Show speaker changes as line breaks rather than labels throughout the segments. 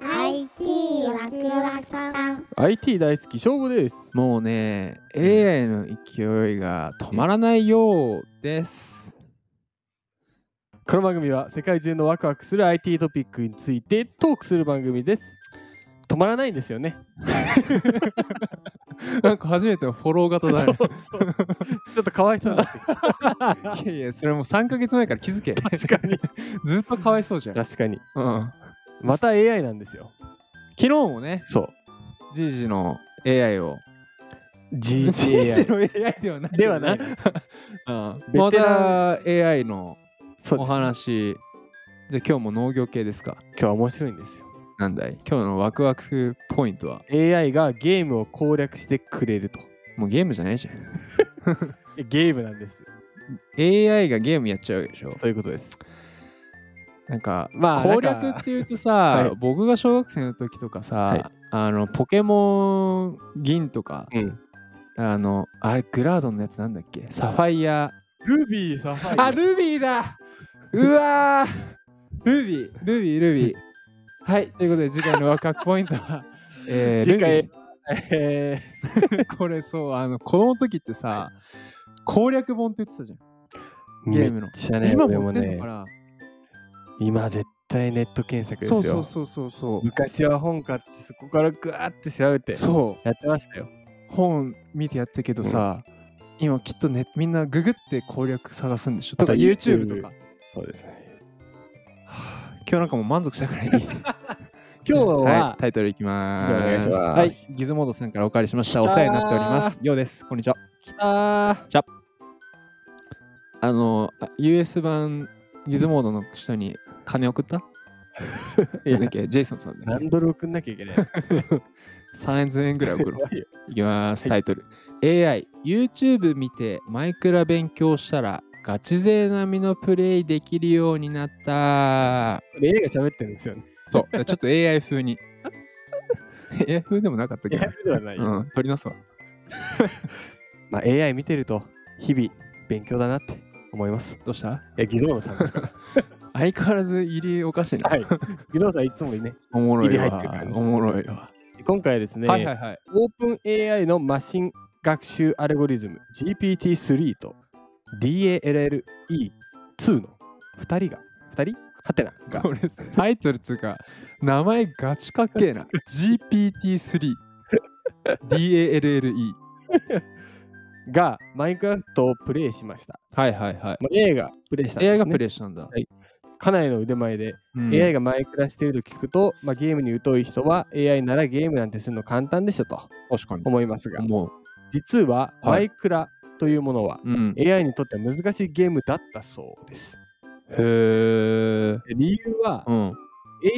IT ワクワクさん
IT 大好き正吾です
もうね、AI の勢いが止まらないよう です。
この番組は世界中のワクワクする IT トピックについてトークする番組です止まらないんですよね
なんか初めてのフォロー型だ
そう
ね。
そう ちょっとかわいそうになってきた
いやいや、それもう3ヶ月前から気づけ。
確かに
ずっとかわいそうじゃん。 うん、
確かに
昨
また AI なんですよ
日もね、
そう
じいじの AI を。じいじ
GGAI
の AI ではない。
ではない。
うん
ベ
ま
テ
た
ラ
AI の
そうで
お
す今
話。じゃあ今日も農業系ですか。
日は面白いんですよ
なんだい今日のワクワクポイントは、
AI がゲームを攻略してくれると
もうゲームじゃないじゃん。
えゲームなんです
AI がゲームやっちゃうでしょ。
そういうことです
なんか、
まあ
攻
なんか
略っていうとさ、
はい
僕が小学生の時とかさ、
はい
あのポケモン銀とか、
うん
あのあれグラードンのやつなんだっけサファイア、
ルビーサファイ
あルビーだうわールビールビール ビーはいということで次回のワクワクポイントは、えー、
次回
ルビ
え
ーこれそうあの子供の時ってさ、攻略本って言ってたじゃ
ー
ゲームの
めっちゃね
ん、
俺
今
も
持ってんの
ね
かな、
今絶対ネット検索です
そ
よ
うそうそうそうそう
昔は本買ってそこからグワーって調べて
そう
やってましたよ
本見てやったけどさ、今きっとねみんなググって攻略探すんでしょ
ま
と
た
か
YouTube
YouTube とか、
そうですね
はあ今日なんかもう満足したからいい今
今日は、
い、タイトルいきま
以上お願い
ー
し
す
ます
はいギズモードさんからお借りしましたお世話になっておりますようですこんにちは
来た
あのあ US 版ギズモードの人に金送った
ー
なんだっけジェイソンさんだっけ
何ドル送んなきゃいけない
3000円ぐらい送ろう
怖いよ
いきます、
はい
タイトル。AI、YouTube 見てマイクラ勉強したら、ガチ勢並みのプレイできるようになった。
これ AI が喋ってるんですよね
そう、ちょっと AI 風に。AI 風でもなかったけ
い
ど
や、そうではないよ、
うん、取り直すわ。
まあ AI 見てると日々勉強だなって思いますい
どうした
やギゾードさんですから
相変わらず入りおかしいな。
はいギゾードさんいつもね
おもろい
入り入ってるか
わ
ら。ね
おもろいわ。
今回はですね、
はいはいはい。
オープン AI のマシン学習アルゴリズム GPT-3 と DALLE2 の2人が2人はてな が
これタイトルつうか、名前ガチかっけえな。GPT-3。DALLE。
がマインクラフトをプレイしました。
はいはいはい。
まあ AI がプレイしたんです、ね。
AI がプレイしたんだ。
かなりの腕前で、
うん、
AI がマイクラしていると聞くと、まあ、ゲームに疎い人は AI ならゲームなんてするの簡単でしょと
確かに。
思いますが、
思う。
実は
は
マ
い
イクラというものは、
うん、
AI にとっては難しいゲームだったそうです。
へえ。
で理由は、
うん。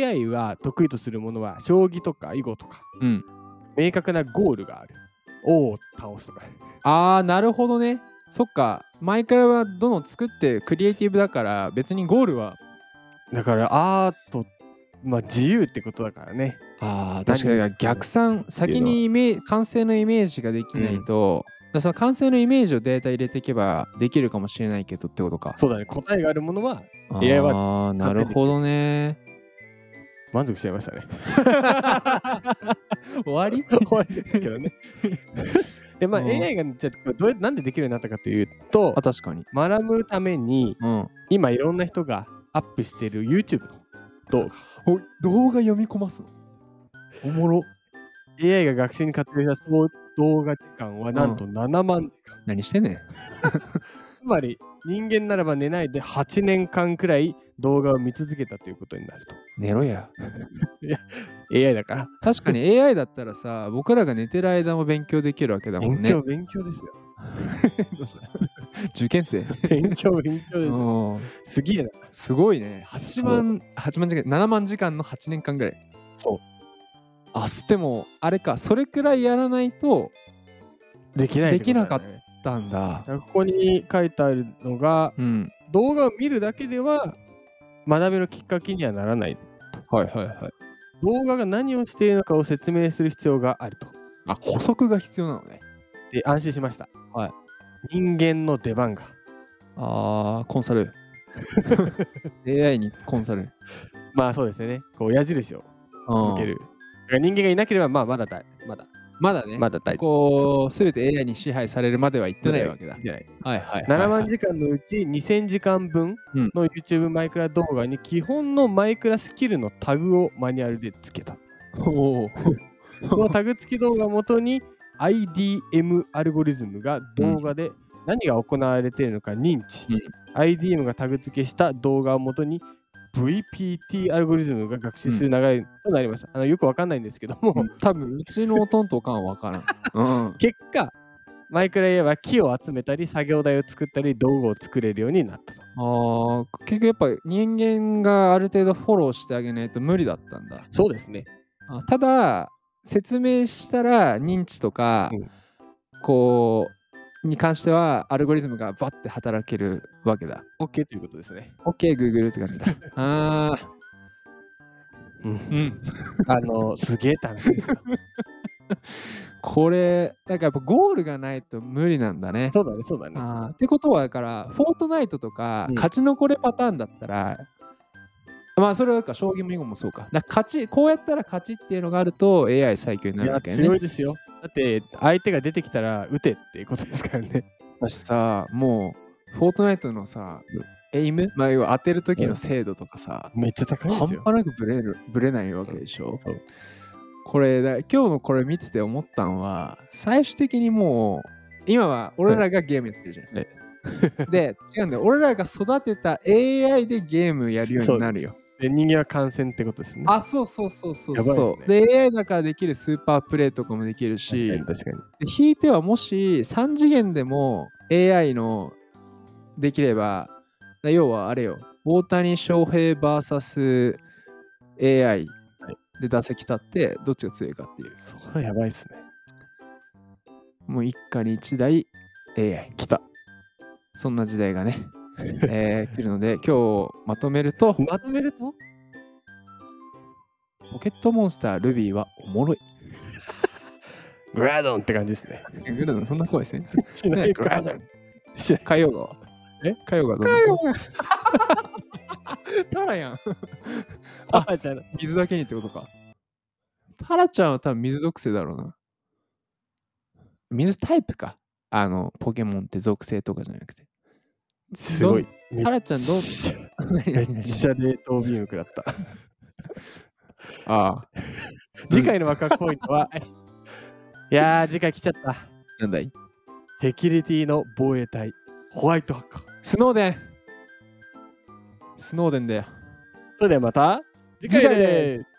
AI は得意とするものは将棋とか囲碁とか
うん。
明確なゴールがある王を倒すとか
あー、なるほどね。そっか。マイクラはどの作ってクリエイティブだから、別にゴールは。
だからアートまあ自由ってことだからね
あー
確かに
逆算、先にイメージ完成のイメージができないと、だからその完成のイメージをデータ入れていけばできるかもしれないけどってことか。
そうだね答えがあるものは
あ
AI
ーなるほどね。
満足しちゃいましたね
終 わり
終わりだけ どねでまあ
うん
AI がじゃあどうやってなんでできるようになったかというと
あ、確かに。
学ぶために
うん。
今いろんな人がアップしている YouTube の動画
お動画読み込ますのおもろ。
AI が学習に活用したその動画時間はなんと7万時間、
何してんねん。
つまり人間ならば寝ないで8年間くらい動画を見続けたということになると。
寝ろや。
AI だから。
確かに AI だったらさ、僕らが寝てる間も勉強できるわけだもん
勉
ね。
強、勉強ですよ。
どうした 受験生。
勉強、勉強ですよ。
うん
すげえな。
すごいね。8万、8万時間、7万時間の8年間ぐらい。
そう。
あすでも、あれか、それくらいやらないと、
できないってことだね、
できなかっだんだ。
た。ここに書いてあるのが、
うん。
動画を見るだけでは学びのきっかけにはならない。
はいはいはい。
動画が何をしているのかを説明する必要があると。
あ、補足が必要なのね。
で、安心しました。
はい。
人間の出番が。
あー、コンサル。AI にコンサル。
まあそうですよね。こう矢印を
うん
向ける。だから人間がいなければ、まあ、まだだ、まだ、
まだね、
まだ大丈夫。
こう、すべて AI に支配されるまでは行ってないわけだ。
じゃない
はいはいはい、はい。
7万時間のうち2000時間分
うん
の YouTube マイクラ動画に基本のマイクラスキルのタグをマニュアルで付け た。
おお。
このタグ付き動画をもとに IDM アルゴリズムが動画で何が行われているのか認知、
うん
IDM がタグ付けした動画をもとに VPT アルゴリズムが学習する流れとなりました。あのよくわかんないんですけども、
多分うちのおとんとおかんは分からん。うん。
結果、マイクラ AI は木を集めたり作業台を作ったり道具を作れるようになったと。
ああ、結局やっぱ人間がある程度フォローしてあげないと無理だったんだ。
そうですね。
あただ、説明したら認知とか、
うん
こう、に関してはアルゴリズムがバッて働けるわけだ。
OK ということですね。
OK、Google って感じだ。ああ、うん。
あの、すげえ楽しいですよ。
これ、なんかやっぱゴールがないと無理なんだね。
そうだね、そうだね。
あーってことはだから、フォートナイトとか、
うん
勝ち残れパターンだったら、まあそれはか将棋も囲碁もそうか。だから勝ち、こうやったら勝ちっていうのがあると AI 最強に
い
なる
や、
わけよ
強
ね。
いですよ。だって、相手が出てきたら打てっていうことですからね。
私さ、もう、フォートナイトのさ、エイム、まあ、要は当てる時
う
の
ん
精度とかさ、
めっちゃ高いで
半
す
端
よ。
なくブレるブレないわけでしょ。
そう
これだ、今日もこれ見てて思ったのは、最終的にもう、今は俺らがゲームやってるじゃん。
はい
で、違うんだよ。俺らが育てた AI でゲームやるようになるよ。
で人間は感染ってことですね。
あ、そうそうそうそう
やばい
そ
で
う。
す
で AI だからできるスーパープレイとかもできるし、で
確かに。
引いてはもし3次元でも AI のできれば、だ要はあれよ、大谷翔平 VSAI で打席立って、どっちが強いかっていう。
それやばいですね。
もう一家に一台 AI。
来た。
そんな時代がね、えー来るので、今日まとめると、
まとめると
ポケットモンスタールビーはおもろい。
グラドンって感じです ね。
グルドンそんな声ですね。
し
ね
グラドン。しない。
火曜がは
え
火曜がどんな声タラやん。あ
あ、じゃあな
水だけにってことか。タラちゃんは多分水属性だろうな。水タイプか。あの、ポケモンって属性とかじゃなくて。
すごい。
タラちゃんどう
めっちゃめっちゃ冷凍ビーム食らった。
ああ、
次回のワクワクポイント は、いやー、次回来ちゃった。
なんだい
セキュリティの防衛隊、ホワイトハッカー。
スノーデンスノーデンだよ。
それではまた次回です